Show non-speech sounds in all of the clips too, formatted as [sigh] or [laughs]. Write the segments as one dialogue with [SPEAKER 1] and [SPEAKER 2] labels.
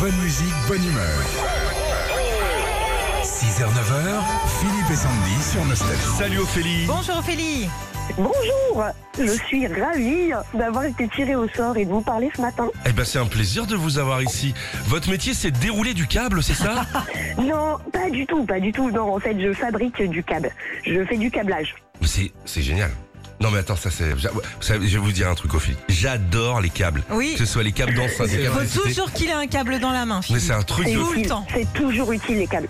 [SPEAKER 1] Bonne musique, bonne humeur. 6h, 9h, Philippe et Sandy sur Nostalgie.
[SPEAKER 2] Salut Ophélie
[SPEAKER 3] Bonjour Ophélie
[SPEAKER 4] Bonjour, je suis ravie d'avoir été tirée au sort et de vous parler ce matin.
[SPEAKER 2] Eh ben c'est un plaisir de vous avoir ici. Votre métier c'est de dérouler du câble, c'est ça
[SPEAKER 4] Non, pas du tout, pas du tout. Non, en fait, je fabrique du câble. Je fais du câblage.
[SPEAKER 2] [laughs] Mais c'est, c'est génial. Non mais attends, ça c'est... j'a- vous savez, Je vais vous dire un truc Ophélie. J'adore les câbles.
[SPEAKER 3] Oui.
[SPEAKER 2] Que ce soit les câbles d'enceinte, les câbles
[SPEAKER 3] Faut
[SPEAKER 2] d'électricité.
[SPEAKER 3] toujours qu'il ait un câble dans la main.
[SPEAKER 2] Mais
[SPEAKER 3] Philippe.
[SPEAKER 2] c'est un truc
[SPEAKER 4] C'est
[SPEAKER 2] de...
[SPEAKER 3] Tout le
[SPEAKER 4] utile.
[SPEAKER 3] temps.
[SPEAKER 4] C'est toujours utile les câbles.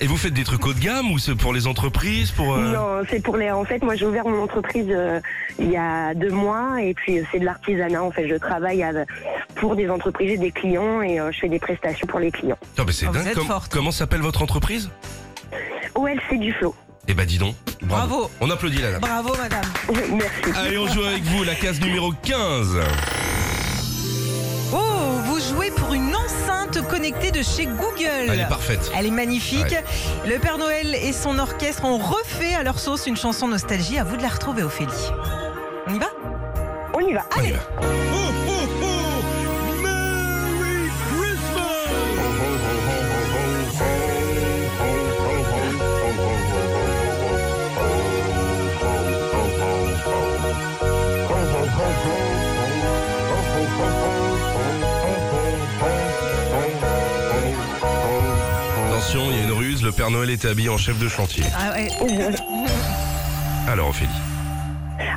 [SPEAKER 2] Et vous faites des trucs haut de gamme ou c'est pour les entreprises pour euh,
[SPEAKER 4] Non, c'est pour les. En fait, moi, j'ai ouvert mon entreprise euh, il y a deux mois et puis euh, c'est de l'artisanat. En fait, je travaille à- pour des entreprises et des clients et euh, je fais des prestations pour les clients.
[SPEAKER 2] Non mais c'est
[SPEAKER 3] Ah, vous
[SPEAKER 2] dingue.
[SPEAKER 3] êtes
[SPEAKER 2] Comme-
[SPEAKER 3] forte.
[SPEAKER 2] Comment s'appelle votre entreprise
[SPEAKER 4] OL, c'est du flot.
[SPEAKER 2] Eh ben dis donc.
[SPEAKER 3] Bravo.
[SPEAKER 2] On applaudit la dame.
[SPEAKER 3] Bravo madame.
[SPEAKER 4] [laughs] Merci.
[SPEAKER 3] Ah
[SPEAKER 2] Allez, on joue avec vous la case numéro 15.
[SPEAKER 3] Oh, vous jouez pour une enceinte connectée de chez Google.
[SPEAKER 2] Elle est parfaite.
[SPEAKER 3] Elle est magnifique. Le Père Noël et son orchestre ont refait à leur sauce une chanson nostalgie. À vous de la retrouver, Ophélie. On y va
[SPEAKER 4] On y va. [laughs]
[SPEAKER 2] On y va. Merry Christmas Attention, il y a une ruse, le Père Noël est habillé en chef de chantier.
[SPEAKER 3] Ah ouais.
[SPEAKER 2] Alors Ophélie.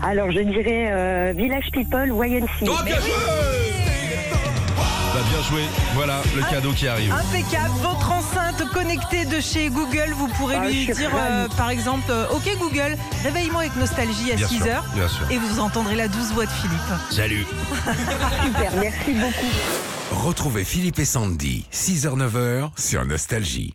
[SPEAKER 4] Alors, je dirais euh, Village People, YNC.
[SPEAKER 2] Oh, bien joué Bah, bien joué, voilà le cadeau qui arrive.
[SPEAKER 3] Impeccable. Votre enceinte connectée de chez Google, vous pourrez
[SPEAKER 4] Ah, je
[SPEAKER 3] lui
[SPEAKER 4] suis
[SPEAKER 3] dire,
[SPEAKER 4] fan.
[SPEAKER 3] euh, par exemple, euh, OK Google, réveille-moi avec nostalgie à
[SPEAKER 2] Bien
[SPEAKER 3] 6
[SPEAKER 2] sûr,
[SPEAKER 3] heures.
[SPEAKER 2] bien sûr.
[SPEAKER 3] Et vous entendrez la douce voix de Philippe.
[SPEAKER 2] Salut
[SPEAKER 4] Super, merci beaucoup.
[SPEAKER 1] Retrouvez Philippe et Sandy, 6h, 9h sur Nostalgie.